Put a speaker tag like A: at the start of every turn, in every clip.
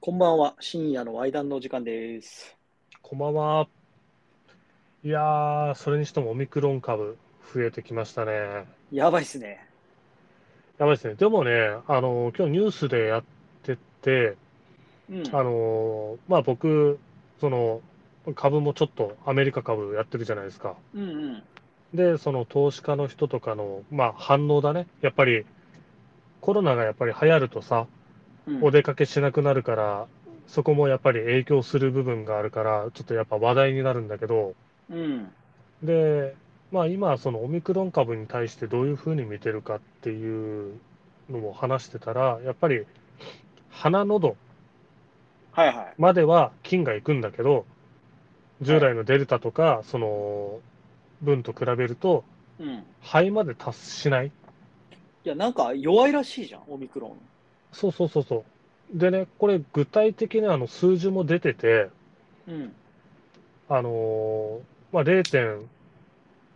A: こんばんは。深夜のワイダンのお時間です。
B: こんばんは。いやー、それにしてもオミクロン株増えてきましたね。
A: やばいっすね。
B: やばいですね。でもね、あの今日ニュースでやってて、
A: うん。
B: あのまあ僕、その株もちょっとアメリカ株やってるじゃないですか。
A: うんうん。
B: で、その投資家の人とかの、まあ、反応だね。やっぱりコロナがやっぱり流行るとさ、
A: うん、
B: お出かけしなくなるから、そこもやっぱり影響する部分があるから、ちょっとやっぱ話題になるんだけど、
A: うん。
B: で、まあ、今、そのオミクロン株に対してどういうふうに見てるかっていうのも話してたら、やっぱり鼻、喉
A: はいはい。
B: までは菌がいくんだけど、従来のデルタとか、その分と比べると、
A: うん。い
B: 肺まで達しない。
A: や、なんか弱いらしいじゃん、オミクロン。
B: そうそうそうそう。でね、これ、具体的にあの数字も出てて、
A: うん。
B: あのーまあ、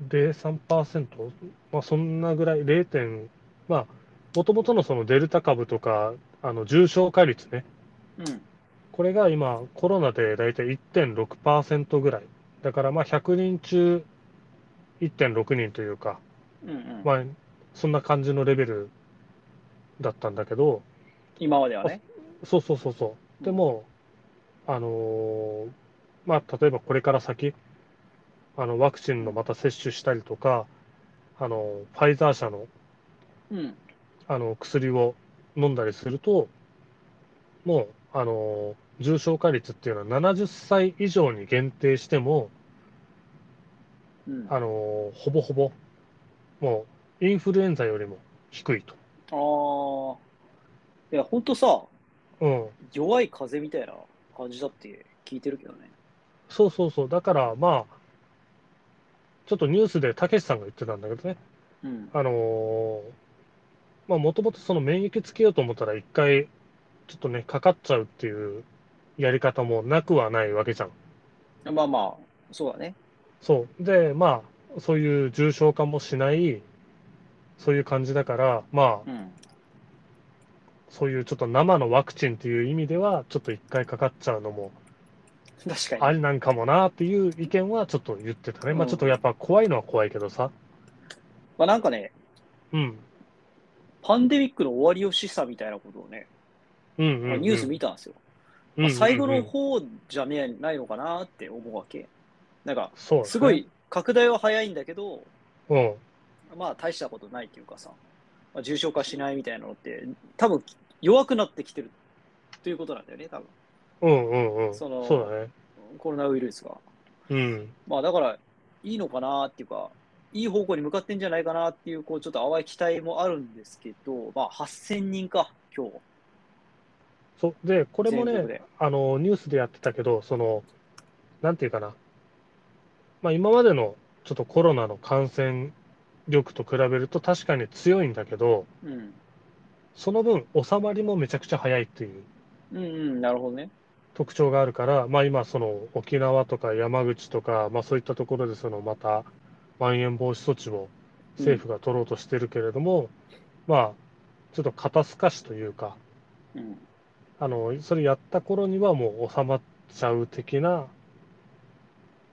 B: 0.03%、まあ、そんなぐらい、0. 点まあ、もともとのそのデルタ株とか、あの重症化率ね、
A: うん。
B: これが今、コロナで大体1.6%ぐらい、だからまあ100人中1.6人というか、
A: うん、うん。
B: まあ、そんな感じのレベルだったんだけど、
A: 今まではね。
B: そうそうそうそう。でも、あのーまあ、例えばこれから先、あの、ワクチンのまた接種したりとか、あの、ファイザー社の、
A: うん。
B: あの、薬を飲んだりすると、もう、あのー重症化率っていうのは70歳以上に限定しても、
A: うん。
B: あのーほぼほぼ、もう、インフルエンザよりも低いと。
A: あー。いや、ほんとさ、
B: うん。
A: 弱い風邪みたいな感じだって聞いてるけどね。
B: そうそうそう。だから、まあ、ちょっとニュースでたけしさんが言ってたんだけどね、
A: うん。
B: あのーまあ、もともとその免疫つけようと思ったら、一回、ちょっとね、かかっちゃうっていうやり方もなくはないわけじゃん。
A: まあまあ、そうだね。
B: そう。で、まあ、そういう重症化もしない、そういう感じだから、まあ、
A: うん。
B: そういうちょっと生のワクチンっていう意味では、ちょっと一回かかっちゃうのも、
A: 確か
B: あ
A: に。
B: りなんかもなっていう意見はちょっと言ってたね。ま
A: う
B: あ、
A: ん
B: ちょっとやっぱ怖いのは怖いけどさ。
A: まあなんかね、
B: うん。
A: パンデミックの終わりを示唆みたいなことをね、
B: うんうん、
A: まあニュース見たんですよ。
B: うんうんうん
A: 最後の方じゃねえないのかなって思うわけ。なんか、
B: そうだね
A: すごい拡大は早いんだけど、
B: うん。
A: まあ大したことないっていうかさ、まあ、重症化しないみたいなのって、多分弱くなってきてるということなんだよね、多分
B: うんうんうん。
A: その
B: そうだね。
A: コロナウイルスが。
B: うん。
A: まあだから、いいのかなっていうか、いい方向に向かってんじゃないかなっていう、こう、ちょっと淡い期待もあるんですけど、まあ8000人か、今日。
B: そうで、これも
A: 全国で
B: ね、あのニュースでやってたけど、そのなんていうかな、まあ、今までのちょっとコロナの感染力と比べると確かに強いんだけど、
A: うん。
B: その分、収まりもめちゃくちゃ早いっていう
A: うんうん、なるほどね。
B: 特徴があるから、まあ、今、その沖縄とか山口とか、まあ、そういったところでそのまたまん延防止措置を政府が取ろうとしてるけれども、まあ、ちょっと肩透かしというか、
A: うん。
B: あのそれやった頃にはもう収まっちゃう的な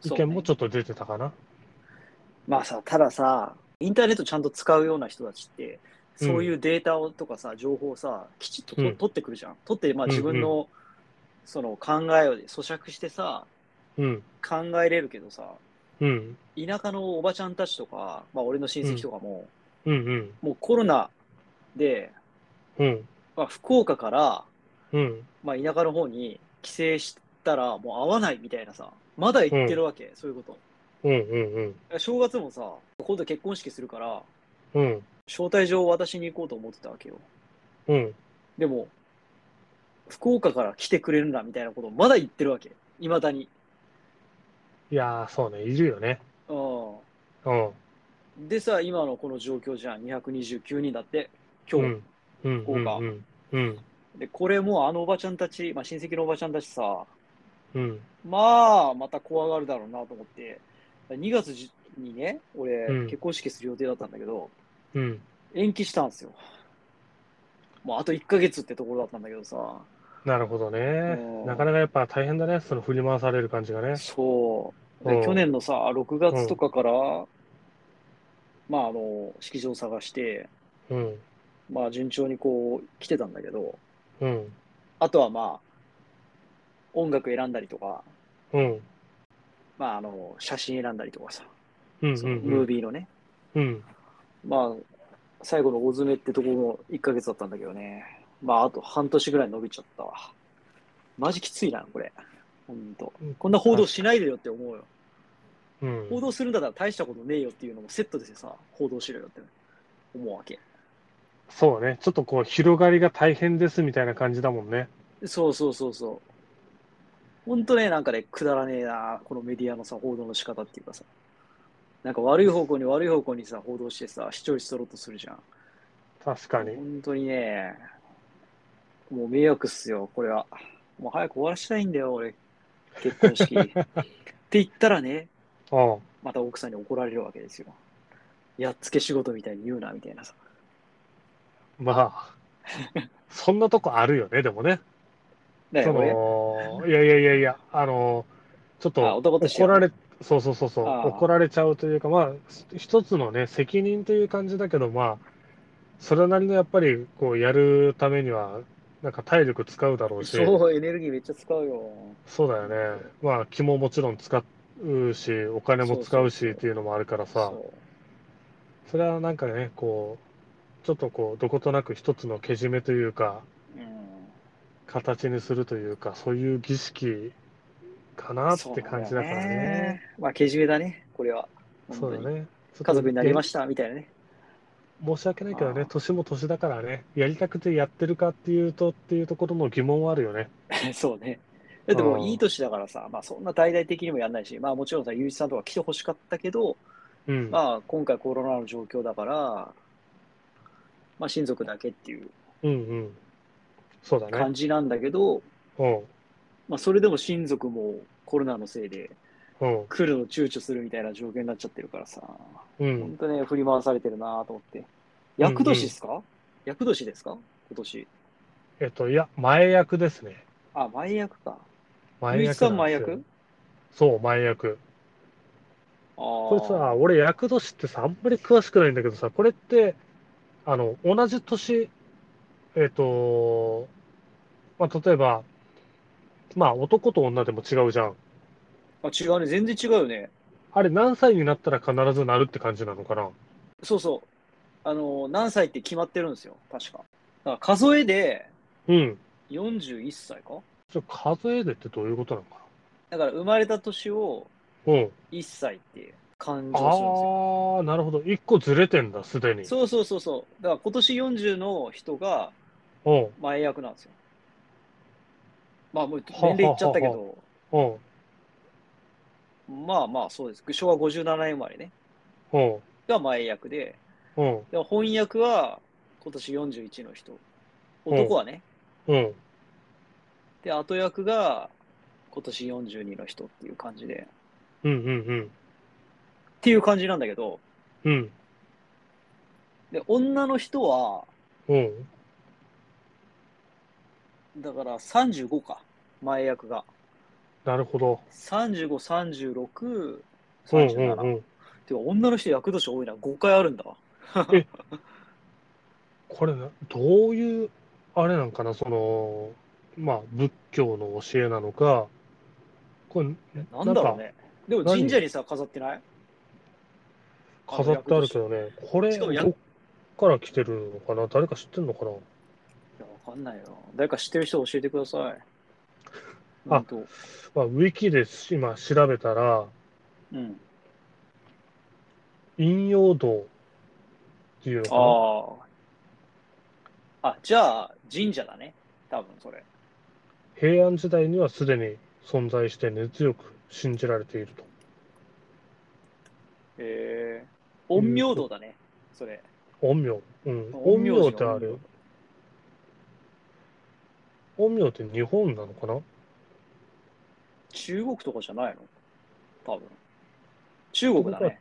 B: 意
A: そうね
B: 見もちょっと出てたかな。
A: まあさ、たださ、インターネットちゃんと使うような人たちって、そういうデータをとかさ、情報をさ、きちっとと、
B: うん
A: 取ってくるじゃん。取って、まあ
B: うんうん
A: 自分の、その考えを咀嚼してさ、
B: うん、
A: 考えれるけどさ、
B: うん、
A: 田舎のおばちゃんたちとか、まあ俺の親戚とかも、
B: うん、うん、
A: もうコロナで、
B: うん、
A: まあ福岡から、
B: うん、
A: まあ田舎の方に帰省したらもう会わないみたいなさ、まだ言ってるわけ、そういうこと。
B: うん、うん、
A: 正月もさ、今度結婚式するから、
B: うん、
A: 招待状を渡しに行こうと思ってたわけよ。
B: うん、
A: でも、福岡から来てくれるなみたいなことをまだ言ってるわけ。いまだに。
B: いやー、そうね、いるよね。
A: う
B: うん、
A: ん。でさ、今のこの状況じゃん。229人だって、
B: う
A: 今日。
B: ん、うん、
A: こうか
B: うん、うん、
A: で、これもあのおばちゃんたち、まあ、親戚のおばちゃんたちさ、
B: うん、
A: まあ、また怖がるだろうなと思って、2月にね、俺、
B: うん
A: 結婚式する予定だったんだけど、
B: うん、
A: 延期したんですよ。もうあと1ヶ月ってところだったんだけどさ、
B: なるほどね
A: う。ん
B: なかなかやっぱ大変だね、その振り回される感じがね。
A: そう。で
B: うん
A: 去年のさ、6月とかから、まあ、あの、式場を探して、
B: うん、
A: まあ、順調にこう、来てたんだけど、
B: うん、
A: あとはまあ、音楽選んだりとか、
B: うん、
A: まあ、あの、写真選んだりとかさ、
B: うん、うん
A: そのムー
B: うん、
A: ビーのね、
B: うん。
A: まあ、最後の大詰めってところも1ヶ月だったんだけどね。まあ、あと半年ぐらい伸びちゃったわ。マジきついな、これ。ほんと。こんな報道しないでよって思うよ。
B: うん
A: 報道するんだったら大したことねえよっていうのもセットですよさ、報道しろよって思うわけ。
B: そうね、ちょっとこう、広がりが大変ですみたいな感じだもんね。
A: そうそうそうそう。ほんとね、なんかね、くだらねえな、このメディアのさ、報道の仕方っていうかさ。なんか悪い方向に悪い方向にさ、報道してさ、視聴率取ろうとするじゃん。
B: 確かに。
A: 本当にね、もう迷惑っすよ、これは。もう早く終わらしたいんだよ、俺。結婚式。って言ったらね、
B: あ
A: また奥さんに怒られるわけですよ。やっつけ仕事みたいに言うな、みたいなさ。
B: まあ、そんなとこあるよね、でもね。
A: だ
B: そ
A: よ、俺。
B: の、いやいやいやいや、あの、ちょっ
A: あ
B: と
A: 男として
B: 怒
A: は
B: られ、そうそうそうそう、
A: ああ
B: 怒られちゃうというか、まあ、一つのね、責任という感じだけど、まあ、それなりのやっぱり、こう、やるためには、なんか体力使うだろうし、
A: そう、エネルギーめっちゃ使うよ。
B: そうだよね。まあ、気ももちろん使うし、お金も使う
A: そうそう
B: し
A: そう
B: っていうのもあるからさ、
A: そ
B: それはなんかね、こう、ちょっとこう、どことなく一つのけじめというか、
A: う。うん。
B: 形にするというか、そういう儀式かなって感じだからね。。
A: まあ、けじめだね、これは。
B: そ
A: 本
B: う
A: 当
B: だ
A: に。
B: ね。
A: 家族になりま
B: し
A: した、みたいなね。
B: 申し訳ないけど
A: あ
B: ね
A: あ、
B: 年も年だからね、やりたくてやってるかっていうとっていうところの疑問はあるよね。
A: そうね。だっても
B: あ
A: う
B: ー
A: いい年だからさ、まあそんな大々的にもやんないし、まあもちろんさ、ゆういちさんとか来てほしかったけど、
B: うん。
A: まあ今回コロナの状況だから、まあ親族だけっていう
B: うんうん。そうだね
A: 感。じなんだけど、
B: うん。
A: まあそれでも親族もコロナのせいで
B: うん。
A: 来るの躊躇するみたいな状況になっちゃってるからさ、ほ
B: う
A: ん
B: ん。
A: とね、振り回されてるなと思って。厄年ですか、厄年ですか今年。
B: えっと、いや、前役ですね。
A: あ、前役か。
B: 前
A: ゆういち
B: 役
A: さん
B: なん
A: 前
B: ですよ
A: 役
B: そう、前役。
A: あ
B: これさ、俺、役年ってさ、あんまり詳しくないんだけどさ、これって、あの、同じ年、えっ、と、まあ、例えば、まあ、男と女でも違うじゃん。
A: あ違うね。全然違うよね。
B: あれ、何歳になったら必ずなるって感じなのかな
A: そうそう。あの、何歳って決まってるんですよ、確か。だから数えで
B: うん。
A: 41歳か
B: ちょ数えでってどういうことなのか
A: だから生まれた年を
B: なうん。
A: 1歳って勘定するんですよ。
B: あー、なるほど。1個ずれてんだ、すでに。
A: そうそうそうそう。だから今年40の人が
B: うん。
A: 前役なんですよ。まあもう
B: はあはあ
A: 年齢いっちゃったけ
B: はあ
A: ど、
B: うん。
A: まあまあそうです。昭和57年生まれね。
B: うん。
A: が前役で、
B: うん。
A: で翻訳は今年41の人。
B: ん
A: 男はね。
B: うん。
A: で、後役が今年42の人っていう感じで。
B: うん。うん。
A: っていう感じなんだけど、
B: うん。
A: で、女の人は、
B: うん。
A: だから35か、前役が。
B: なるほど。
A: 35、36、
B: うん。
A: 37。
B: うん。うん。
A: てか、女の人役年多いな、5回あるんだわ。
B: これなどういうあれなんかなそのまあ仏教の教えなのかこれ
A: なんだろうね。でも
B: 何
A: 神社にさ、飾ってない
B: なんか飾ってあるけどねこれ
A: しか
B: ど
A: もや
B: っから来てるのかな誰か知ってんのかない
A: や、わかんないよ。誰か知ってる人教えてください。
B: あ
A: ほんと
B: まあウィキで今調べたら
A: うん。
B: 陰陽道っていうのかな
A: ああ。あ、じゃあ、神社だね。多分それ。
B: 平安時代にはすでに存在して根強く信じられていると
A: えー、陰陽道だね。それ。
B: 陰陽うん
A: 陰
B: 陰
A: 陽師
B: 陽
A: の
B: ってある陰陽って日本なのかな
A: 中国とかじゃないの多分。中国だね。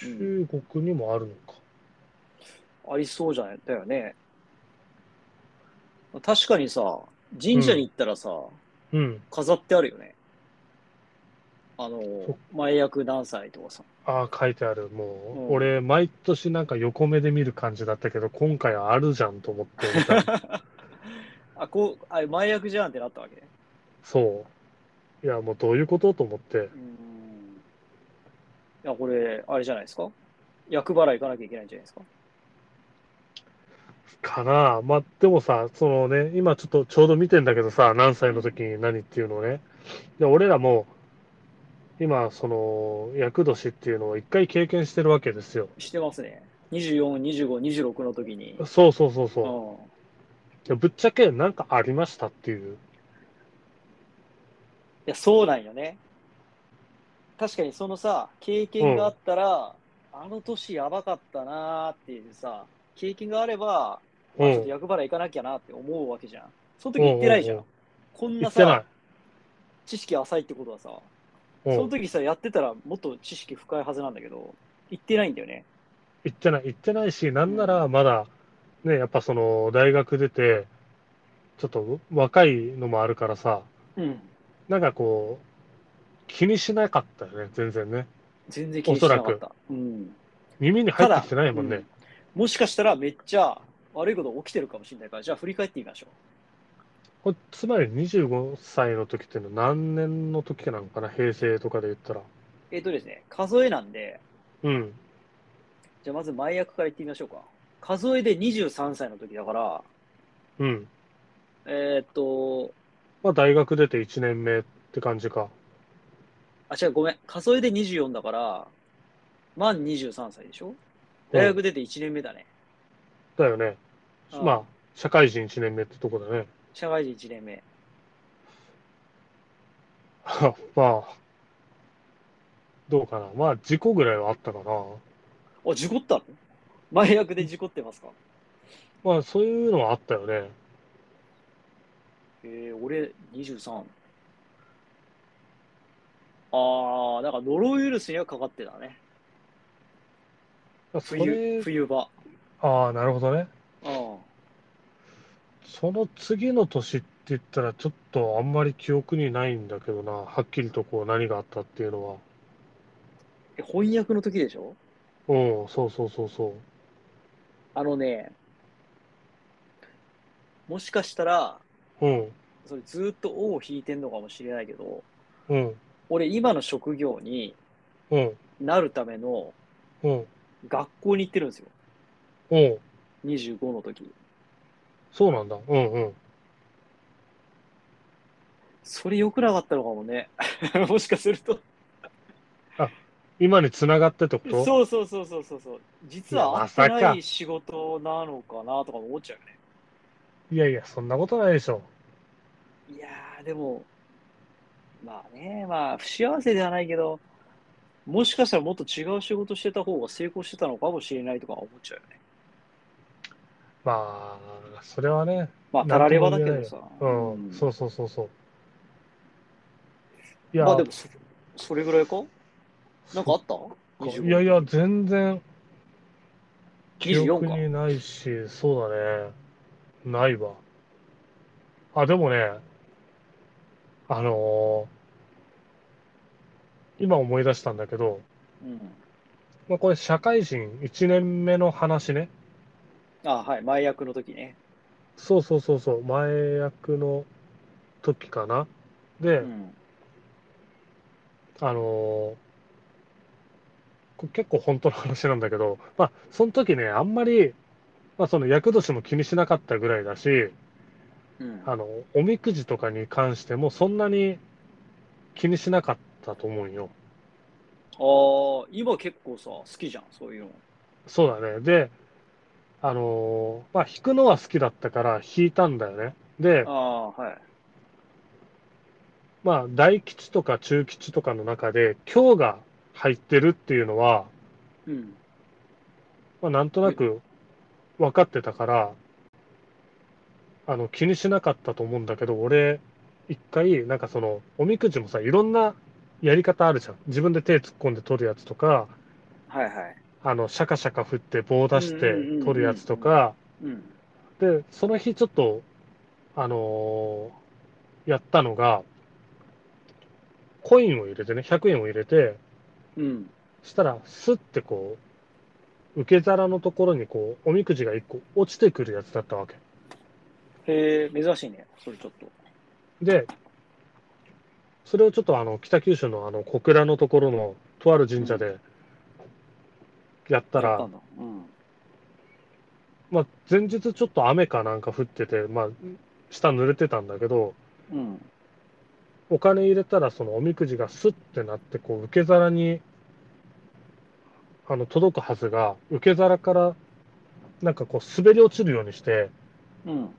B: 中国にもあるのか
A: ありそうじゃないだよね。確かにさ、神社に行ったらさ、
B: うん。
A: 飾ってあるよね。あの
B: そ、
A: 前役何歳とかさ。
B: ああ、書いてある。もう、
A: うん
B: 俺、毎年なんか横目で見る感じだったけど、今回はあるじゃんと思ってみ たい
A: あ、こう、あれ前役じゃんってなったわけね。
B: そう。いや、もうどういうことと思って
A: う。ーん。いや、これ、あれじゃないですか役払い行かなきゃいけないんじゃないですか
B: かなまあ、でもさ、そのね、今ちょっとちょうど見てんだけどさ、何歳の時に何っていうのをね。で、俺らも、今、その、厄年っていうのを一回経験してるわけですよ。
A: してますね。24、25、26の時に。
B: そうそうそう
A: う
B: そ
A: ん。
B: う。でぶっちゃけ、なんかありましたっていう。
A: いや、そうなんよね。確かにそのさ、経験があったら、あの年やばかったなーっていうさ、経験があれば、
B: う
A: ちょっと
B: ん。
A: 役払い行かなきゃなって思うわけじゃん。その時行ってないじゃん。
B: うんうん
A: こん
B: 言
A: な
B: ってない
A: さ、。知識浅いってことはさ、
B: う
A: そ
B: ん
A: の時さ、やってたらもっと知識深いはずなんだけど、行ってないんだよね。
B: 行ってない、行ってないし、なんならまだ、ね、やっぱその大学出て、ちょっと若いのもあるからさ、
A: うん。
B: なんかこう、気にしなかったよね、全然ね。
A: 全然気にしてなか
B: お
A: った。うん。
B: 耳に入ってきてないもん
A: う
B: ね
A: ん。もしかしたらめっちゃ悪いこと起きてるかもしれないから、じゃあ振り返ってみましょ
B: これつまり25歳の時っていうのは何年の時なのかな、平成とかで言ったら。
A: う。えっ、とですね、数えなんで、
B: うん。
A: じゃあまず前役から言ってみましょうか。数えで23歳の時だから、
B: うん。
A: えーっと、
B: まあ大学出て1年目って感じか。
A: あ、違う、ごめん。数えで24だから、満23歳でしょ
B: うん
A: 大学出て1年目だね。
B: だよね。
A: うん
B: まあ、社会人1年目ってとこだね。
A: 社会人1年目。
B: はまあ、どうかな。まあ、事故ぐらいはあったかな。
A: あ、事故ったの 前役で事故ってますか
B: まあ、そういうのはあったよね。
A: えー、俺23。あー、だからノロウイルスにはかかってたね。
B: そ
A: 冬、
B: れ、
A: 冬場。
B: ああ、なるほどね。
A: うん。
B: その次の年って言ったら、ちょっとあんまり記憶にないんだけどな。はっきりとこう、何があったっていうのは。
A: え翻訳の時でしょ
B: うん、そうそうそうそ
A: あのね、もしかしたら、
B: う。うん、
A: それずーっと尾を引いてんのかもしれないけど、
B: うん、
A: 俺今の職業に
B: うん、
A: なるための
B: うん、
A: 学校に行ってるんですよ。
B: うん。
A: 25の時。
B: そうなんだ。うん、うん。
A: それ良くなかったのかもね。 もしかすると。
B: 今に繋がってってこと
A: そうそうそうそうそうそう。実
B: いや
A: は合
B: ま
A: っ
B: さか
A: てない仕事なのかなとか思っちゃうよね。
B: いやいや、そんなことないでしょ。
A: いやー、でも、まあね、まあ不幸せではないけど、もしかしたらもっと違う仕事してた方が成功してたのかもしれないとか思っちゃうよね。
B: まあ、それはね、
A: まあ、たらればだけどさ。。
B: うん、そううそうそうそう。いや、
A: まあでもそ、それぐらいかなんかあった
B: いやい
A: や、
B: や、全然記
A: 24
B: 憶
A: か。
B: にないし、そうだね。ないわ。あ、でもね、あのー今思い出したんだけど、
A: うん。
B: まあ、これ社会人1年目の話ね。
A: あ、はい、前役の時ね。
B: そうそうそうそう、前役の時かな。で、
A: うん。
B: あのーこれ結構本当の話なんだけど、 まあ、その時ね、あんまり、まあ、その厄年も気にしなかったぐらいだし、
A: うん、
B: あの、おみくじとかに関してもそんなに気にしなかったと思うんよ。
A: ああ、今結構さ、好きじゃん、そういうの。
B: そうだね。で、あのーまあ、弾くのは好きだったから弾いたんだよね。で
A: あ、あ、はい。
B: まあ、大吉とか中吉とかの中で、今日が入ってるっていうのは、
A: うん。
B: まあ、なんとなく分かってたから、あの、気にしなかったと思うんだけど、俺、一回、なんかその、おみくじもさ、いろんなやり方あるじゃん。自分で手突っ込んで取るやつとか、
A: はいはい。
B: あの、シャカシャカ振って棒出して
A: うんうんうんうん
B: 取るやつとか、
A: うん。
B: で、その日ちょっとあのーやったのが、コインを入れてね、100円を入れて、
A: うん。
B: したら、スッてこう、受け皿のところにこう、おみくじが1個落ちてくるやつだったわけ。
A: へえ、珍しいね。それちょっと。
B: で、それをちょっとあの、北九州のあの、小倉のところの、とある神社で、やった
A: や
B: ら、
A: ったんだ。うん。
B: まあ、前日ちょっと雨かなんか降ってて、まあ、下濡れてたんだけど、
A: うん。
B: お金入れたら、そのおみくじがスッてなって、こう、受け皿に、あの、届くはずが、受け皿から、なんかこう、滑り落ちるようにして、
A: うん。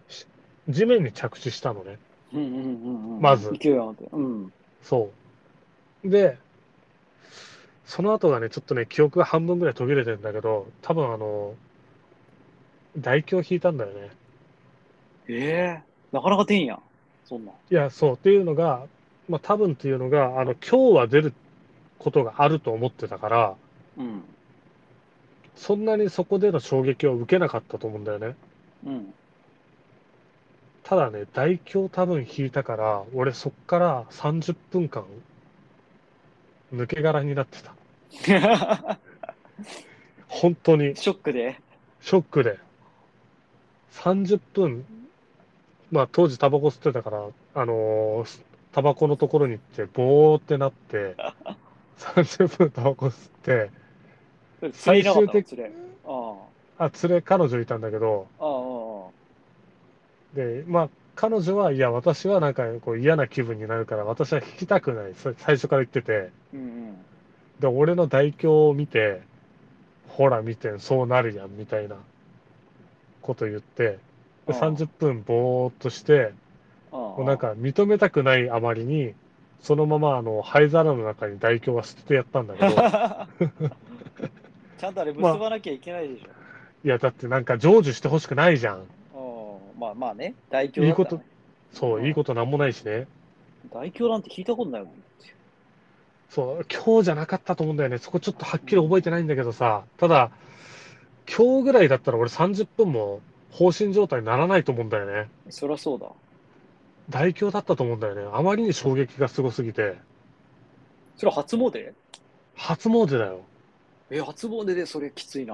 B: 地面に着地したのね。
A: うんうんうんうん。
B: まず
A: 勢い余って。うん。
B: そう。で、その後がね、ちょっとね、記憶が半分ぐらい途切れてんだけど、多分あの、大凶引いたんだよね。
A: ええなかなか点やん。そんなん。
B: いや、そう。っていうのが、まあ、多分っていうのが、あの、今日は出ることがあると思ってたから、
A: うん。
B: そんなにそこでの衝撃を受けなかったと思うんだよね。
A: うん。
B: ただね、大凶多分引いたから、俺そっから30分間、抜け殻になってた。
A: ショ
B: 本当に、
A: ックで。
B: ショックで。30分、まあ当時タバコ吸ってたから、あのータバコのところに行って、ぼーって なって、30分タバコ吸って、
A: 釣れなかったの
B: 最終的
A: 釣れ。ああ。
B: あ、連れ、彼女いたんだけど、
A: ああああ。
B: で、まあ、彼女は、いや、私はなんかこう嫌な気分になるから、私は弾きたくない、それ最初から言ってて、
A: うん
B: で、俺の代表を見て、ほら見てん、そうなるやん、みたいなこと言って、
A: う
B: で、
A: ん。
B: 30分ぼーっとして、
A: も
B: もうなん、か認めたくないあまりに、そのままあの灰皿の中に代表は捨ててやったんだけど、
A: ちゃんとあれ結ばなきゃいけないでしょ。
B: いや、だってなんか成就してほしくないじゃん。
A: うんまあまあね、大凶だったらね
B: そうう、
A: ん
B: いいことなんもないしね。
A: 大凶なんて聞いたことないもん。
B: そう、今日じゃなかったと思うんだよね。そこちょっとはっきり覚えてないんだけどさ、ただ、今日ぐらいだったら俺30分も放心状態にならないと思うんだよね。
A: そりゃそうだ。
B: 大凶だったと思うんだよね。あまりに衝撃がすごすぎて。
A: それ初詣
B: 初詣だよ。
A: え、初詣でそれきついな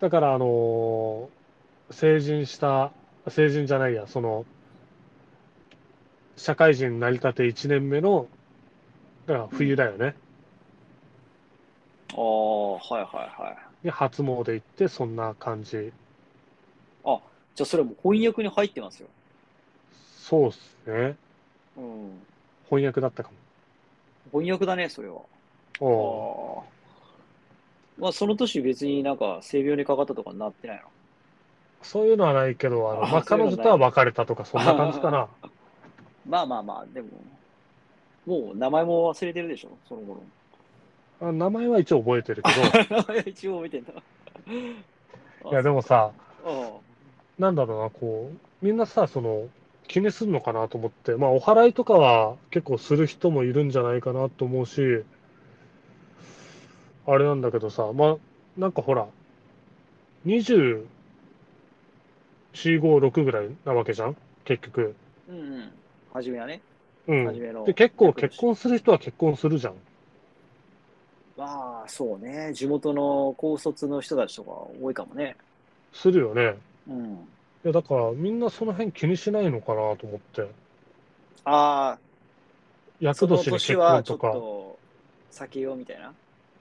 B: だから、あのー成人した、成人じゃないや、その、社会人になりたて1年目の、だから冬だよね。
A: ああ、はいはいはい。
B: に初詣行って、そんな感じ。
A: じゃあそれもう翻訳に入ってますよ。
B: そうっすね。
A: うん。
B: 翻訳だったか
A: 翻訳だね、それは。
B: も。
A: あ
B: おう
A: あ。まあその年別になんか性病にかかったとかなってないの
B: そういうのはないけど、あの、
A: あ
B: まあ、
A: そう
B: 彼
A: いうのない
B: 女とは別れたとか、そんな感じかな。
A: まあまあまあ、でも、もう名前も忘れてるでしょ、その頃。
B: あ名前は一応覚えてるけ
A: 名前は一応見てんだ。
B: ど、いや、でもさ、
A: あ
B: なんだろうな、こう、みんなさ、その、気にするのかなと思って、まあ、お祓いとかは結構する人もいるんじゃないかなと思うし、あれなんだけどさ、まあ、なんかほら、24、5、6ぐらいなわけじゃん結局。
A: うんうん。初めはね。
B: う
A: 初
B: ん。
A: めの。
B: で、結構結婚する人は結婚するじゃん。
A: まあ、そうね。地元の高卒の人たちとか多いかもね。
B: するよね。
A: うん。
B: いや、だからみんなその辺気にしないのかなと思って。
A: ああ、
B: 厄
A: その
B: 年に結
A: 年
B: 婚
A: はちょ
B: と
A: っ
B: か。
A: と酒ようみたいな。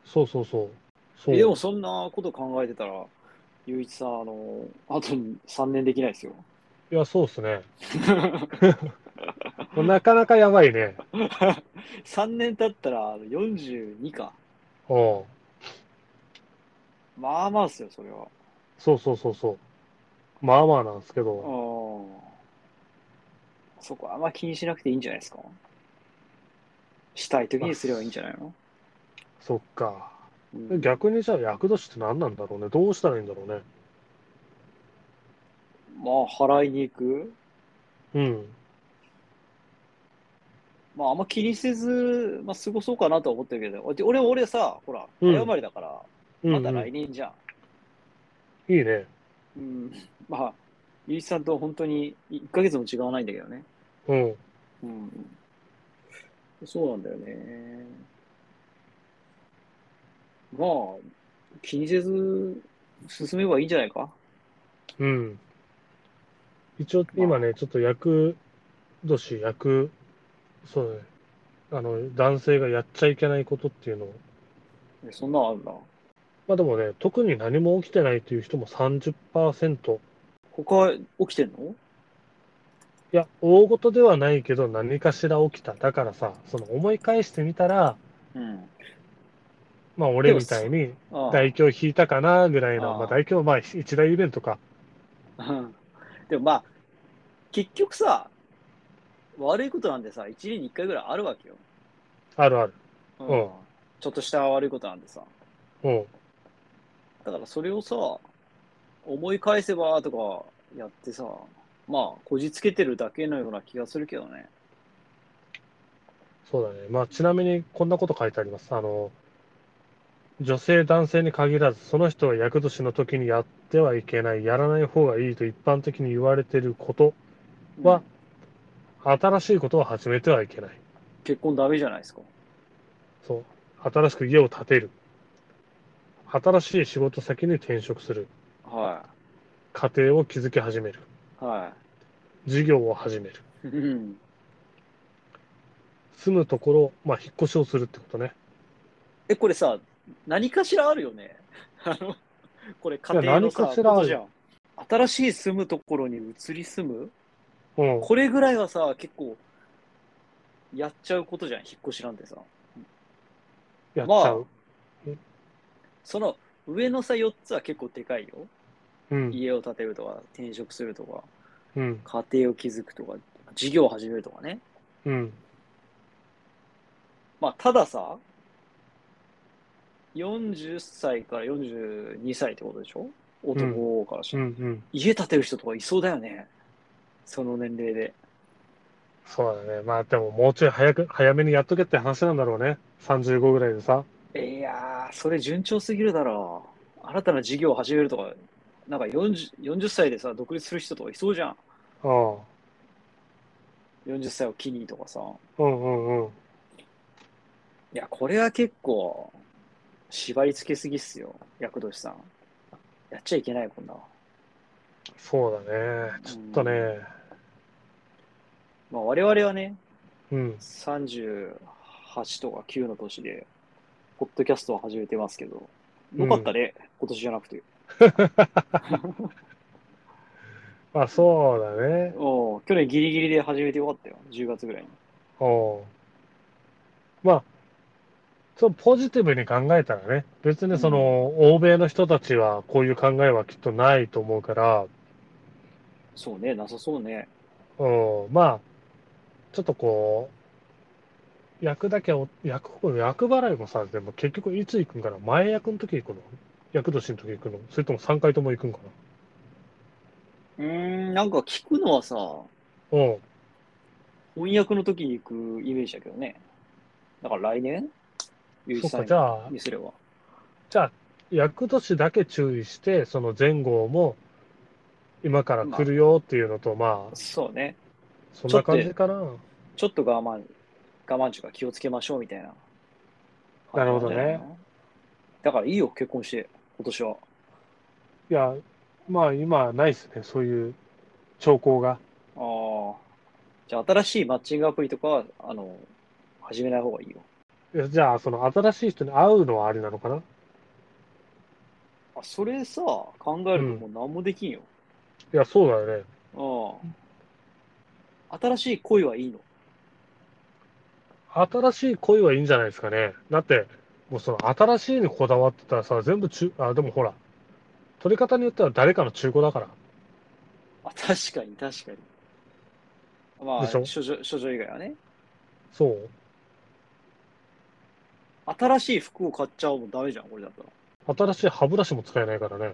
B: そうそうそう。そう
A: えでもそんなこと考えてたら、ゆういちさん、あの、あと3年できないですよ。
B: いや、そうですね。 なかなかやばいね。
A: 3年経ったらあの42か。
B: うん。
A: まあまあっすよ、それは。
B: そうそうそうそう。まあまあなんですけ
A: あ
B: ど、
A: あ。そこあんま気にしなくていいんじゃないですか。したい時にすればいいんじゃないの、
B: そっか。
A: うん
B: 逆にじゃあ、厄年って何なんだろうね。どうしたらいいんだろうね。
A: まあ、払いに行く。
B: うん。
A: まあ、あんま気にせず、まあ、過ごそうかなとは思ってるけど、お俺、俺さ、ほら、
B: うん
A: 早生まれだから、
B: うん、
A: また
B: うん。
A: 来
B: い
A: 年じゃん。
B: いね。
A: うん、まあ、ゆういちさんと本当に1ヶ月も違わないんだけどね。
B: うん。
A: うん。そうなんだよね。まあ、気にせず進めばいいんじゃないか
B: うん。一応、今ね、ちょっと役年、役、そうだね。あの、男性がやっちゃいけないことっていうのを、
A: えそんなのあるな。
B: まあでもね、特に何も起きてないという人も30%。い
A: 他起きてんの
B: や、大事ではないけど何かしら起きた。だからさ、その思い返してみたら、
A: うん。
B: まあ俺みたいに
A: あ
B: 大凶引いたかなぐらいの、
A: あ
B: まあ大凶、まあ一大イベントか。
A: あ。うん でもまあ、結局さ、悪いことなんてさ、1年に1回ぐらいあるわけよ。
B: あるある。
A: うん
B: うん
A: ちょっとした悪いことなんてさ。
B: うん。
A: だからそれをさ、思い返せばとかやってさ、まあ、こじつけてるだけのような気がするけどね。
B: そうだね。まあ、ちなみにこんなこと書いてあります。あの、女性、男性に限らず、その人は厄年の時にやってはいけない、やらない方がいいと一般的に言われていること、
A: うん
B: は新しいことを始めてはいけない。
A: 結婚ダメじゃないですか。
B: そう。新しく家を建てる。新しい仕事先に転職する。
A: は
B: 家庭を築き始める。
A: い。は
B: 事業を始める。
A: い。うん。
B: 住むところ、まあ、引っ越しをするってことね。
A: え、これさ、何かしらあるよね。 あの、これ家庭の
B: いや
A: さ、
B: 何かしらある
A: ことじゃん。新しい住むところに移り住む
B: うん。
A: これぐらいはさ、結構、やっちゃうことじゃん、引っ越しなんてさ。
B: やっちゃ
A: ま
B: う。
A: その上のさ、4つは結構でかいよ。
B: うん。
A: 家を建てるとか、転職するとか、
B: うん。
A: 家庭を築くとか、事業を始めるとかね。
B: うん。
A: まあ、たださ、40歳から42歳ってことでしょ男からし
B: う
A: た
B: ん。う
A: ら、
B: ん。
A: 家建てる人とかいそうだよね。その年齢で。
B: そうだね。まあでももうちょい早く、早めにやっとけって話なんだろうね。35ぐらいでさ。
A: いやー、それ順調すぎるだろう。新たな事業を始めるとか、なんか 40, 40歳でさ、独立する人とかいそうじゃん。
B: うん。
A: 40歳を機にとかさ。
B: うんうんうん。
A: いや、これは結構、縛り付けすぎっすよ、厄年さん。やっちゃいけない、こんな。
B: そうだね。ちょっとね。
A: まあ、我々はね、
B: うん。
A: 38とか9の年で、ポッドキャストを始めてますけど、よかったね、今年じゃなくて。
B: まあそうだね。
A: おう去年ギリギリで始めてよかったよ、10月ぐらいに。
B: うん。まあ、そうポジティブに考えたらね。別にその、欧米の人たちはこういう考えはきっとないと思うから、
A: そうね、なさそうね。
B: うん。まあ、ちょっとこう、役だけを、役、役払いもさ、でも結局いつ行くんかな前役の時行くの役年の時行くのそれとも3回とも行くんか
A: うーん、なんか聞くのはさ、
B: なうん。
A: 翻訳の時に行くイメージだけどね。だから来年ゆうじ
B: そっ
A: さ
B: か、
A: ん
B: じゃあ、
A: にすれば。
B: じゃあ、役年だけ注意して、その前後も、今から来るよっていうのと、まあ、
A: そうね。
B: そんな感じかな。
A: ちょっと我慢、我慢というか気をつけましょうみたいな。
B: なるほど
A: 感じなんじ
B: ね
A: ゃないの。だからいいよ、結婚して、今年は。
B: いや、まあ、今、ないですね、そういう兆候が。
A: ああ。じゃあ、新しいマッチングアプリとかは、あの、始めない方がいいよ。
B: いやじゃあ、その、新しい人に会うのはありなのかな
A: あ、それさ、考えるともう何もできんよ。
B: いや、そうだよね。
A: ああ。新しい恋はいいの。
B: 新しい恋はいいんじゃないですかね。だって、もうその、新しいにこだわってたらさ、全部中、あ、でもほら、取り方によっては誰かの中古だから。
A: あ、確かに、確かに。まあ、
B: でしょ
A: 処女、処女以外はね。
B: そう。
A: 新しい服を買っちゃおうもダメじゃん、これだったら。
B: 新しい歯ブラシも使えないからね。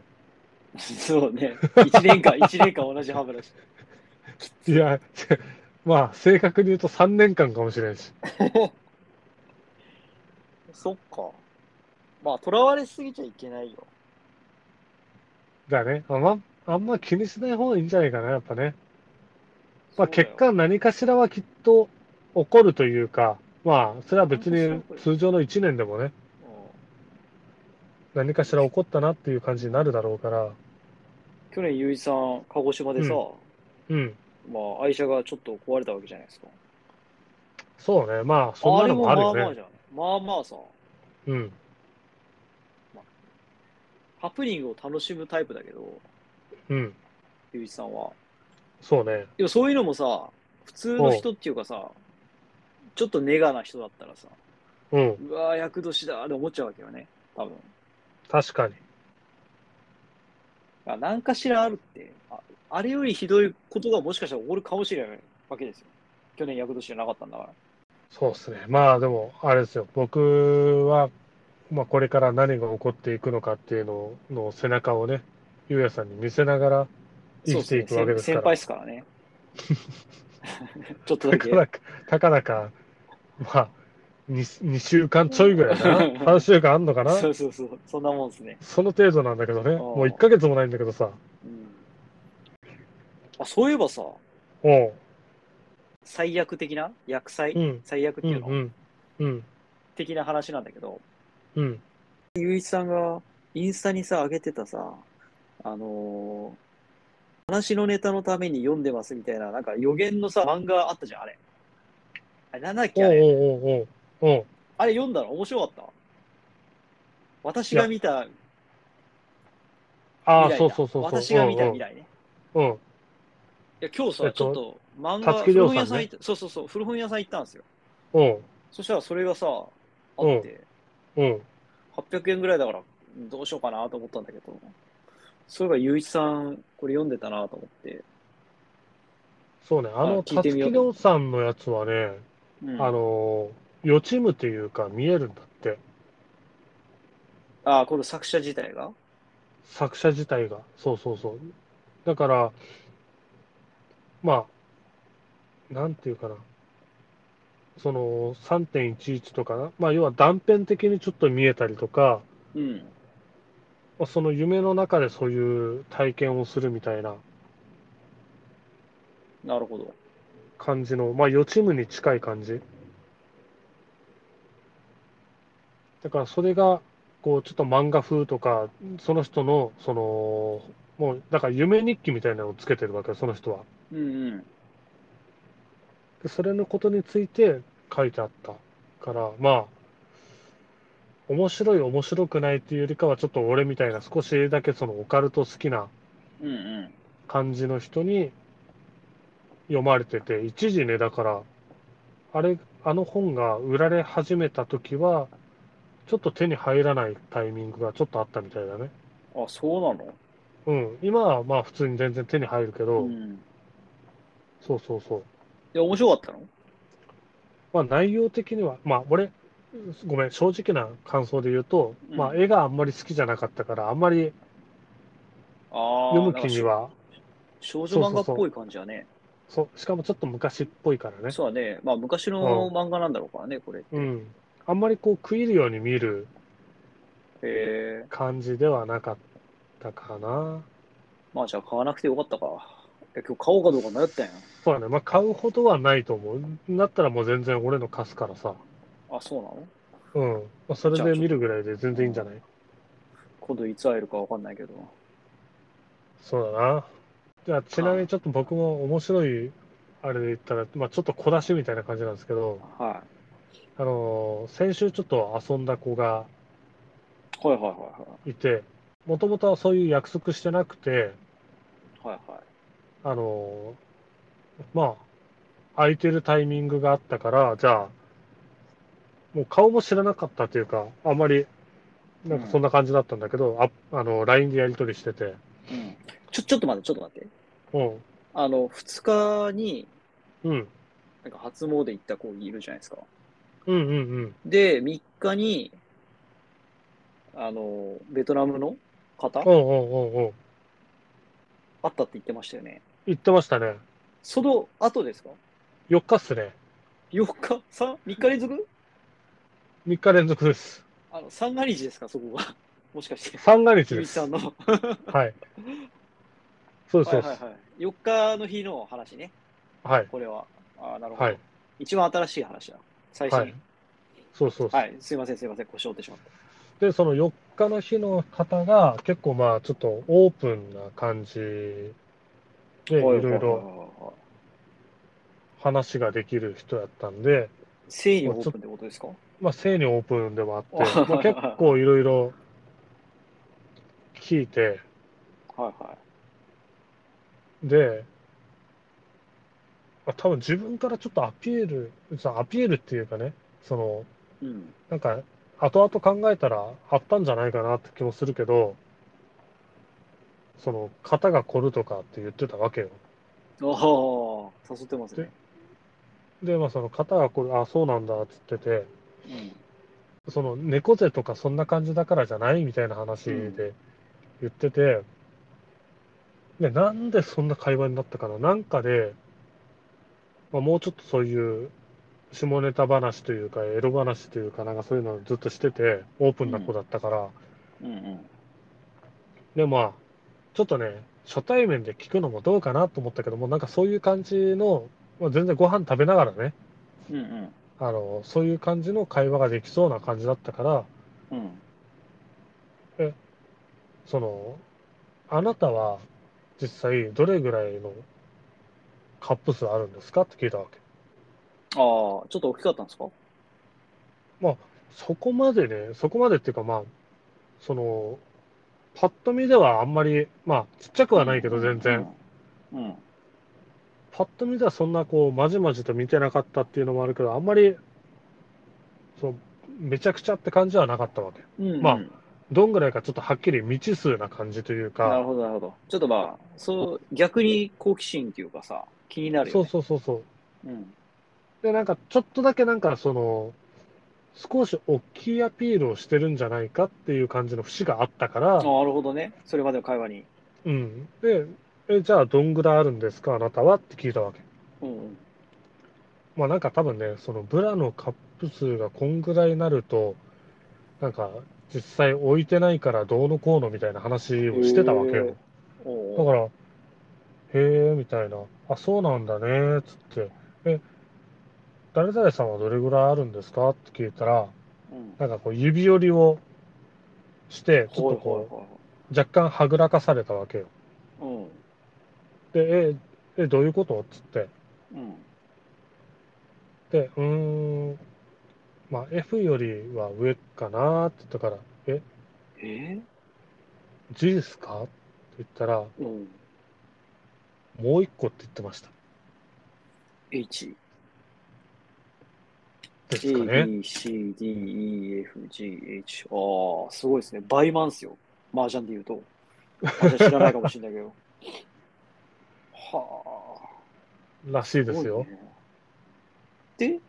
A: そう ね。一年間、一年間同じ歯ブラシ。
B: いや、 まあ、正確に言うと3年間かもしれんし。
A: そっか。まあ、とらわれすぎちゃいけないよ。
B: だね。まあ、あんま気にしない方がいいんじゃないかな、やっぱね。まあ、
A: そうだよ
B: 結果、何かしらはきっと起こるというか、まあ、それは別
A: 何
B: に
A: かしら起こる
B: 通常の1年でもね、
A: うん
B: 何かしら起こったなっていう感じになるだろうから、
A: 去年、ゆいさん、鹿児島でさ、
B: うん、
A: まあ、愛車がちょっと壊れたわけじゃないですか。
B: そうね、まあ、そんなのもあるよ
A: れもまあまあ
B: ね。
A: じゃん。まあまあさ、
B: うん、
A: ハプニングを楽しむタイプだけど、
B: うん、
A: ゆういちさんは。
B: そうね、
A: でもそういうのもさ、普通の人っていうかさ、ちょっとネガな人だったらさ、
B: うん、
A: うわー、厄年だーって思っちゃうわけよね、多分。
B: 確かに。
A: あ何かしらあるってあ、あれよりひどいことがもしかしたら起こるかもしれないわけですよ。去年、厄年じゃなかったんだから。
B: そうですね。まあでも、あれですよ。僕は、まあこれから何が起こっていくのかっていうのの背中をね、ゆうやさんに見せながら生きていくわけですか
A: 先
B: ら。
A: 輩ですからね。ちょっとだ
B: た
A: け
B: か。だか、たかだか、まあ2、2週間ちょいぐらいか な。3週間あんのかな。
A: そうそうそう、そんなもんですね。
B: その程度なんだけどね。
A: あー
B: もう1ヶ月もないんだけどさ。
A: うん、あそういえばさ、
B: おう。
A: 最悪的な、薬剤、
B: うん。
A: 最悪って
B: うん。
A: いううの、
B: ん。うん。
A: 的な話なんだけど、
B: うん。
A: ゆういちさんがインスタにさ、上げてたさ、あのー話のネタのために読んでますみたいな、なんか予言のさ、漫画あったじゃん、あれ。あれなんだっ
B: お
A: け、
B: う
A: あれ。
B: おうおうおうおう。
A: あれ読んだの面白かった。私が見た
B: ああ、
A: 未
B: そう
A: 来
B: そうそうそう。
A: 私が見た未来ね。
B: うん。うん。
A: いや今日さ、
B: えっと
A: ちょっと漫
B: た
A: 画、
B: つきりょ
A: 古
B: う
A: 本
B: さんね
A: 屋さん行った、そうそうそう、古本屋さん行ったんですよ。
B: うん。
A: そしたらそれがさ、あって、
B: うん。うん
A: 800円ぐらいだから、どうしようかなと思ったんだけど、そういえば、ゆういちさん、これ読んでたなと思って、
B: そうね。あ
A: あ
B: の、
A: 聞い
B: た
A: て
B: つ
A: み
B: き
A: よう
B: りょうさんのやつはね、
A: うん
B: あのー、予知夢というか見えるんだって、
A: あこの作者自体が
B: 作者自体が。そうそうそう。だから、まあ、なんていうかな。その3.11とかな、まあ、要は断片的にちょっと見えたりとか、
A: うん。
B: まあその夢の中でそういう体験をするみたいな
A: なるほど。
B: 感じの、まあ、予知夢に近い感じ。だからそれが、こう、ちょっと漫画風とか、その人の、その、もう、だから夢日記みたいなのをつけてるわけよ、その人は。
A: うんうん。
B: で、それのことについて書いてあったから、まあ、面白い、面白くないっていうよりかは、ちょっと俺みたいな少しだけそのオカルト好きな
A: うんうん。
B: 感じの人に読まれてて一時ねだからあれあの本が売られ始めた時はちょっと手に入らないタイミングがちょっとあったみたいだね
A: あ、そうなの
B: うん今はまあ普通に全然手に入るけど、
A: うん。
B: そうそうそう
A: いや、面白かったの
B: まあ内容的にはまあ俺ごめん正直な感想で言うと、
A: うん
B: まあ絵があんまり好きじゃなかったからあんまり
A: ああ、
B: 読む気には
A: 少女漫画っぽい感じはね。
B: そうしかもちょっと昔っぽいからね
A: そうだね。まあ、昔の漫画なんだろうからね、これ。へ
B: うんあんまりこう食い入るように見る
A: え。
B: 感じではなかったかな。
A: まあ、じゃあ買わなくてよかったか。いや、今日買おうかどうか迷ったんや。
B: そうだね、まあ、買うほどはないと思う。だったらもう全然俺の貸すからさ。
A: あ、そうなの
B: うん。まあ、それで見るぐらいで全然いいんじゃない
A: 今度いつ会えるかわかんないけど。
B: そうだな。じゃあ、ちなみにちょっと僕も面白い、あれで言ったら、まあ、ちょっと小出しみたいな感じなんですけど、
A: は
B: あのー先週ちょっと遊んだ子が
A: い。はいはいはい
B: て、もともとはそういう約束してなくて、
A: いはい。はいはい。
B: あのーまあ、空いてるタイミングがあったから、じゃあ、もう顔も知らなかったというか、あまり、なんかそんな感じだったんだけど、ああの、LINE でやり取りしてて、
A: うん。ちょ、ちょっと待って、ちょっと待って。
B: うん、
A: あの、2日に、
B: うん、
A: なんか初詣行った子いるじゃないですか。
B: うん、うん、うん、
A: で、3日に、あの、ベトナムの方会
B: おうおうおうおう
A: ったって言ってましたよね。
B: 言ってましたね。
A: その後ですか
B: 4日っすね。
A: ?4 日 ?3、3日連続
B: 3日連続です。
A: あの、 三が日ですかそこが。もしかして。
B: 三が日
A: ゆ
B: で
A: いさ
B: す
A: ん。の。
B: はい。そうです、
A: はいうはい
B: そです。
A: はい。4日の日の話ね、
B: はい、
A: これは。あーなるほど、
B: はい、
A: 一番新しい話だ。最新。
B: は
A: はいい、。
B: そうそうそう。
A: すいません、すいません、腰折ってしまっ
B: で、その4日の日の方が、結構まあ、ちょっとオープンな感じで、い
A: た。
B: ろい
A: はは
B: ろ
A: はは
B: 話ができる人やったんで、
A: 正義のオープンってことですか
B: まあ、正にオープンではあって、
A: あ
B: まあ、結構いろいろ聞いて、
A: はいはい。
B: で、まあ、多分自分からちょっとアピール、そのアピールっていうかね、その、
A: うん。
B: なんか、後々考えたらあったんじゃないかなって気もするけど、その、型が凝るとかって言ってたわけよ。
A: ああ、誘ってますね。
B: で、まあ、その型が凝る、あ、そうなんだって言ってて、
A: うん。
B: その、猫背とかそんな感じだからじゃないみたいな話で言ってて、で、なんでそんな会話になったかななんかで、まあ、もうちょっとそういう、下ネタ話というか、エロ話というか、なんかそういうのをずっとしてて、オープンな子だったから、
A: うん
B: でまあちょっとね初対面で聞くのもどうかなと思ったけどもなんかそういう感じの、まあ、全然ご飯食べながらね
A: うん。うん
B: あのそういう感じの会話ができそうな感じだったから
A: うん。うん。
B: そのあなたは実際どれぐらいのカップ数あるんですかって聞いたわけ
A: ああ、ちょっと大きかったんですか
B: そこまでねそこまでっていうかまあそのパッと見ではあんまりまあちっちゃくはないけど全然、。
A: うん。うん
B: パッと見ではそんなこうまじまじと見てなかったっていうのもあるけどあんまりそうめちゃくちゃって感じはなかったわけ
A: うんうん
B: まあどんぐらいかちょっとはっきり未知数な感じという
A: なる
B: か
A: ほど、なるほど。ちょっとまあ、そう、逆に好奇心っていうかさ、気になるよ、
B: そ
A: ね。
B: うそうそうそう
A: うん。
B: でなんかちょっとだけなんかその少し大きいアピールをしてるんじゃないかっていう感じの節があった
A: あ
B: から、
A: なるほどね。それまでの会話に。
B: うん、でえじゃあどんぐらいあるんですかあなたはって聞いたわけ
A: うんうん。
B: まあなんか多分ね、そのブラのカップ数がこんぐらいになると、なんか実際置いてないからどうのこうのみたいな話をしてたわけよ。だ
A: お
B: か
A: う
B: ら、へえ、みたいな、あ、そうなんだね、つって、え、誰々さんはどれぐらいあるんですかって聞いたら、
A: うん。
B: なんかこう指折りをして、ちょっと
A: ほい
B: こ
A: ほ
B: う、若干はぐらかされたわけよ。
A: いほいほい
B: で、え、え、どういうことつって、
A: うん。うん。
B: で、うーん、まあ、F よりは上かなって言ったから、え、
A: え
B: G ですかって言ったら、も
A: ー、うん。
B: う一個って言ってました。
A: H。
B: ですか
A: A,
B: ね。
A: B, C, D, E, F, G, H。ああ、すごいですね。倍満っすよ。麻雀で言うと。麻雀知らないかもしれないけど。 はあ。
B: らしいですよ。
A: ごいね。で、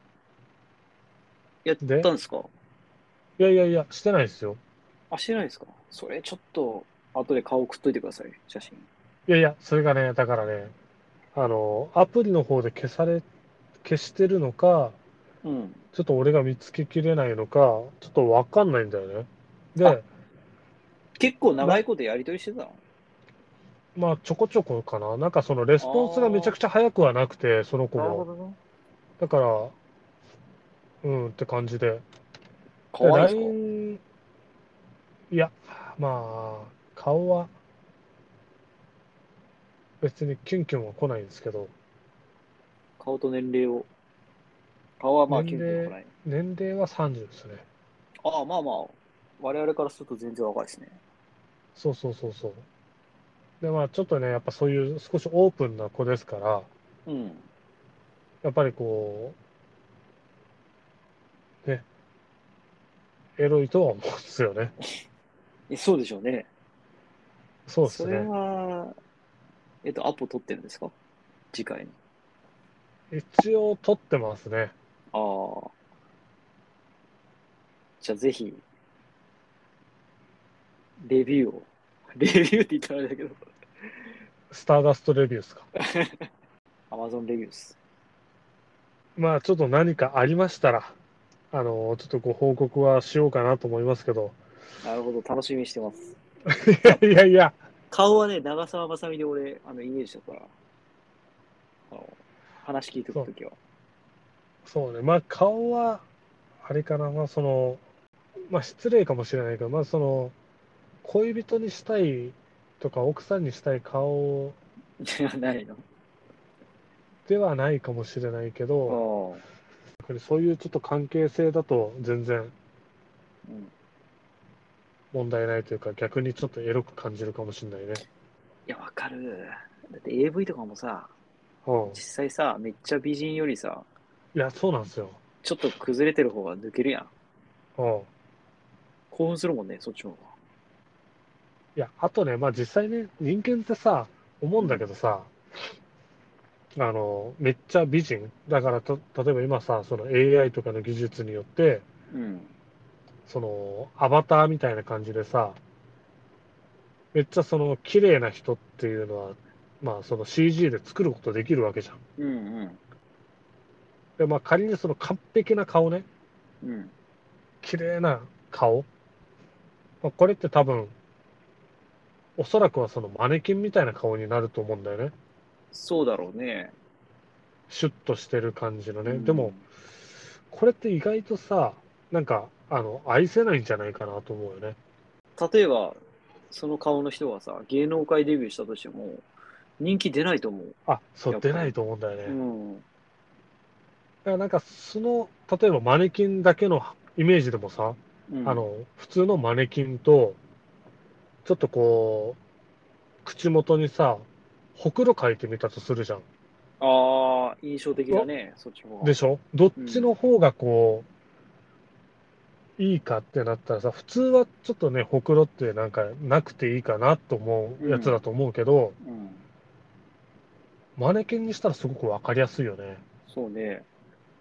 A: やったんですか
B: いやいやいや、してないですよ。
A: あ、してないですかそれちょっと、後で顔送っといてください、写真。
B: いやいや、それがね、だからね、あの、アプリの方で消され、消してるのか、
A: うん。
B: ちょっと俺が見つけきれないのか、ちょっとわかんないんだよね。
A: あ
B: で、
A: 結構長いことやりとりしてたの
B: まあ、ちょこちょこかな。なんかそのレスポンスがめちゃくちゃ早くはなくて、その子も。
A: どね。
B: だから、うんって感じで。
A: かわいいです
B: LINE、いや、まあ、顔は、別にキュンキュンは来ないんですけど、
A: か顔と年齢を。顔はまあ、キ
B: 年
A: ュンキュ
B: 齢
A: ンとかない。
B: 年齢は30ですね。
A: ああ、まあまあ、我々からすると全然若いですね。
B: そうそうそうそう。で、まあ、ちょっとね、やっぱそういう少しオープンな子ですから、
A: うん。
B: やっぱりこう、ね、エロいとは思うんですよね。
A: えそうでしょうね。
B: そうです
A: れ
B: ね。
A: は、えっと、アポ取ってるんですか次回に。
B: 一応撮ってますね。
A: ああ。じゃあぜひ、レビューを。 レビューって言ったらあれだけど、
B: スターダストレビューですか。
A: Amazon レビューです。
B: まあちょっと何かありましたら、あのちょっとご報告はしようかなと思いますけど、
A: なるほど、楽しみにしてます。
B: いやいやいや、
A: 顔はね、長澤まさみで俺、あの、イメージしたから、あの話聞いてくときは。
B: そうね、まあ顔は、あれかな、まあその、まあ失礼かもしれないけど、まあその、恋人にしたいとか、奥さんにしたい顔
A: じゃ ないの。
B: ではないかもしれないけ
A: あ
B: ど、やっぱりそういうちょっと関係性だと全然
A: あうん
B: 問題ないというか、逆にちょっとエロく感じるかもしれないね。
A: いや、わかる。だって AV とかもさ、
B: うん。
A: 実際さ、めっちゃ美人よりさ、
B: いや、そうなんですよ。
A: ちょっと崩れてる方が抜けるやん。
B: うん。
A: 興奮するもんね、そっちの方が。
B: いや、あとね、まあ実際ね、人間ってさ、思うんだけどさ、あの、めっちゃ美人。だからと、例えば今さ、その AI とかの技術によって、
A: うん。
B: その、アバターみたいな感じでさ、めっちゃその、綺麗な人っていうのは、まあその CG で作ることできるわけじゃん。
A: うん
B: で、まあ仮にその完璧な顔ね、
A: うん。うん。
B: 綺麗な顔。まあ、これって多分、おそらくはそのマネキンみたいな顔になると思うんだよね。
A: そうだろうね。
B: シュッとしてる感じのね、
A: うん
B: でもこれって意外とさなんかあの愛せないんじゃないかなと思うよね
A: 例えば、その顔の人がさ、芸能界デビューしたとしても、人気出ないと思う。
B: あそ
A: や
B: う
A: っぱ
B: 出
A: り
B: ないと思うんだよね、
A: うん。
B: だからなんかその例えばマネキンだけのイメージでもさ、
A: うん
B: あ、の普通のマネキンとちょっとこう口元にさほくろ書いてみたとするじゃん
A: ああ、印象的だね、そっちも。
B: でしょどっちの方がこう、いいかってなったらさ普通はちょっとねほくろってなんかなくていいかなと思うやつだと思うけど、
A: うん。
B: マネキンにしたらすごく分かりやすいよね。
A: そうね。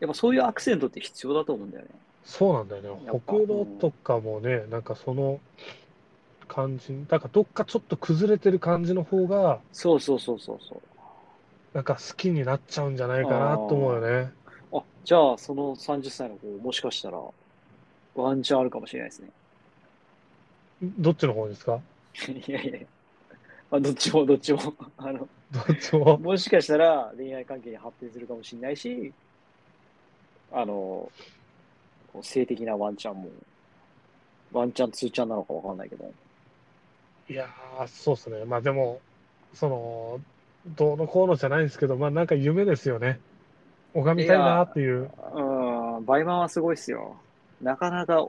A: やっぱそういうアクセントって必要だと思うんだよね。
B: そうなんだよね。
A: やっ
B: ほ
A: ぱ
B: くろとかもね、なんかその感じ、だからどっかちょっと崩れてる感じの方が、
A: そうそうそうそうそう。
B: なんか好きになっちゃうんじゃないかなと思うよね。
A: あじゃあ、その30歳の子、もしかしたら、ワンチャンあるかもしれないですね。
B: どっちの方ですか
A: いやいや、まあ、どっちもどっちもあの、
B: どっちも。
A: もしかしたら恋愛関係に発展するかもしれないし、あの、こう性的なワンチャンも、ワンチャン、ツーチャンなのかわかんないけど、
B: いやー、そうっすね。まあでも、その、どうのこうのじゃないんですけど、まあなんか夢ですよね。拝みたいなっていう。
A: うーん、バイマンはすごいっすよ。なかなか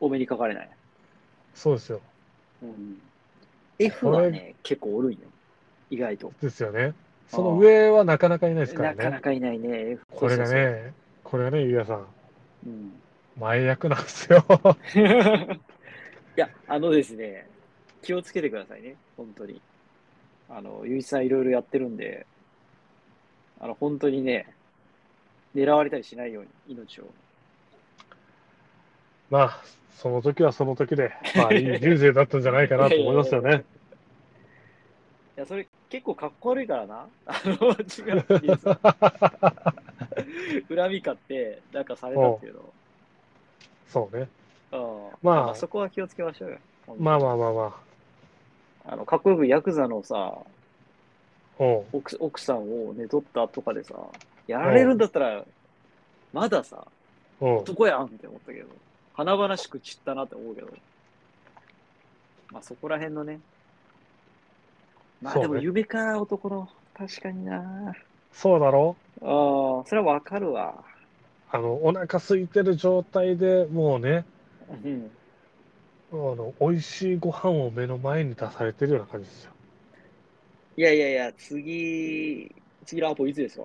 A: お目にかかれない。
B: そうですよ。
A: うん、F はね、結構おるんよ。意外と。
B: ですよね。その上はなかなかいないですから
A: なかな
B: ね。
A: かいないね。F
B: これが
A: そうそう
B: ね、これがね、ゆうやさん。
A: そううん
B: 前役なんですよ。
A: いや、あのですね、気をつけてくださいね、本当に。あの、ゆういちさんいろいろやってるんで、あの、本当にね、狙われたりしないように、命を。
B: まあ、その時はその時で、まあ、いい人生だったんじゃないかなと思いますよね。
A: いや、それ結構かっこ悪いからな。あの、違うっていうさ恨み買って、なんかされたっていう
B: そうね。
A: の。うん
B: まあ
A: そこは気をつけましょうよ。
B: まあまあまあま
A: あの、かっこよくヤクザのさ、
B: あ。おう
A: 奥奥さんをね取ったとかでさ、やられるんだったら、まださ、
B: おう
A: 男やんって思ったけど、華々しく散ったなって思うけど、まあそこら辺のね、まあ
B: そう
A: で
B: ね
A: も夢か、男の、確かにな。
B: そうだろ
A: ああ、それはわかるわ。
B: あの、お腹空いてる状態でもうね、
A: うん。
B: あの、美味しいご飯を目の前に出されてるような感じですよ。
A: いやいやいや、次、次のアポいつですか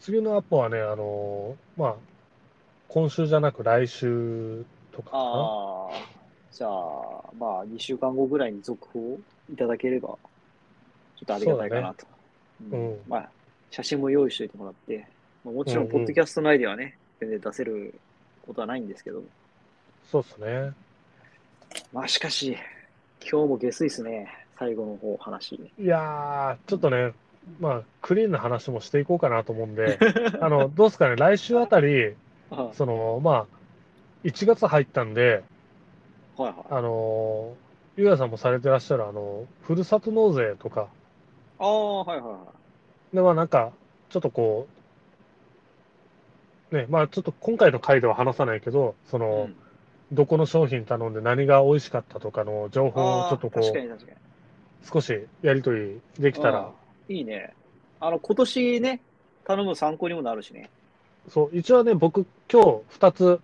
B: 次のアポはね、あの、まあ、今週じゃなく来週とかかな。
A: ああ、じゃあ、まあ2週間後ぐらいに続報をいただければ、ちょっとありがたいかなと。
B: ね
A: うん
B: うん
A: まあ、写真も用意しておいてもらって、まあ、もちろ、
B: うんんうん
A: ポッドキャスト内ではね、全然出せることはないんですけど、
B: そうっすね。
A: まあ、しかし、今日も下水ですね、最後の方、話。
B: いやー、ちょっとね、まあ、クリーンな話もしていこうかなと思うんで、あの、どうですかね、来週あたり、
A: は
B: そのまあ1月入ったんで、
A: いはい。
B: あのーゆうやさんもされてらっしゃる、あの、ふるさと納税とか、
A: ああ、はいはいはい。
B: でまあなんか、ちょっとこう、ね、まあちょっと今回の回では話さないけど、その、
A: うん
B: どこの商品頼んで何が美味しかったとかの情報を
A: あ
B: ちょ
A: ー
B: っとこ
A: 確か
B: う、
A: に確かに。
B: 少しやりとりできたら、
A: うんいいね。あの、今年ね、頼む参考にもなるしね。
B: そう、一応ね、僕、今日2つ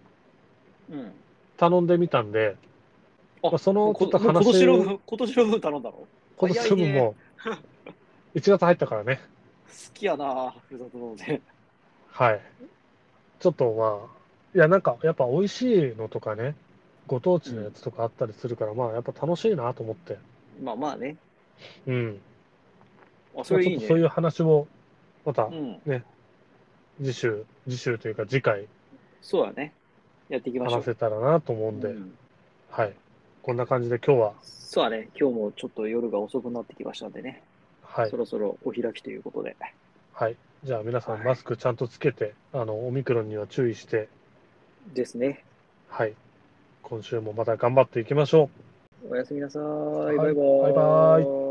A: うん。
B: 頼んでみたんで、
A: あ
B: まあ、そのちょ
A: こ
B: っと
A: もう今
B: 話
A: 年の
B: を、
A: 分、今年の分頼んだろ
B: 今年の分
A: 早いね
B: も、1月入ったからね、
A: 好きやなふるさと納税。
B: はい。ちょっとまあ、いや、なんか、やっぱ美味しいのとかね、ご当地のやつとかあったりするから、まあ、やっぱ楽しいなと思って、
A: まあまあね。
B: うん。
A: あ、それいい
B: まあちょっと
A: ね。
B: そういう話を、また
A: うん。
B: 次週、次週というか次回
A: そうだね。やっていきましょう。
B: 話せたらなと思うんで、
A: うん
B: はい。こんな感じで今日は、
A: そうだね。今日もちょっと夜が遅くなってきましたんでね。
B: はい
A: そ。ろそろお開きということで。
B: はい。じゃあ皆さ
A: は
B: ん
A: い
B: マスクちゃんとつけて、あの、オミクロンには注意して、
A: ですね。
B: はい。今週もまた頑張っていきましょう。
A: おやすみなさい。
B: はい
A: バイバーイ。
B: バイバ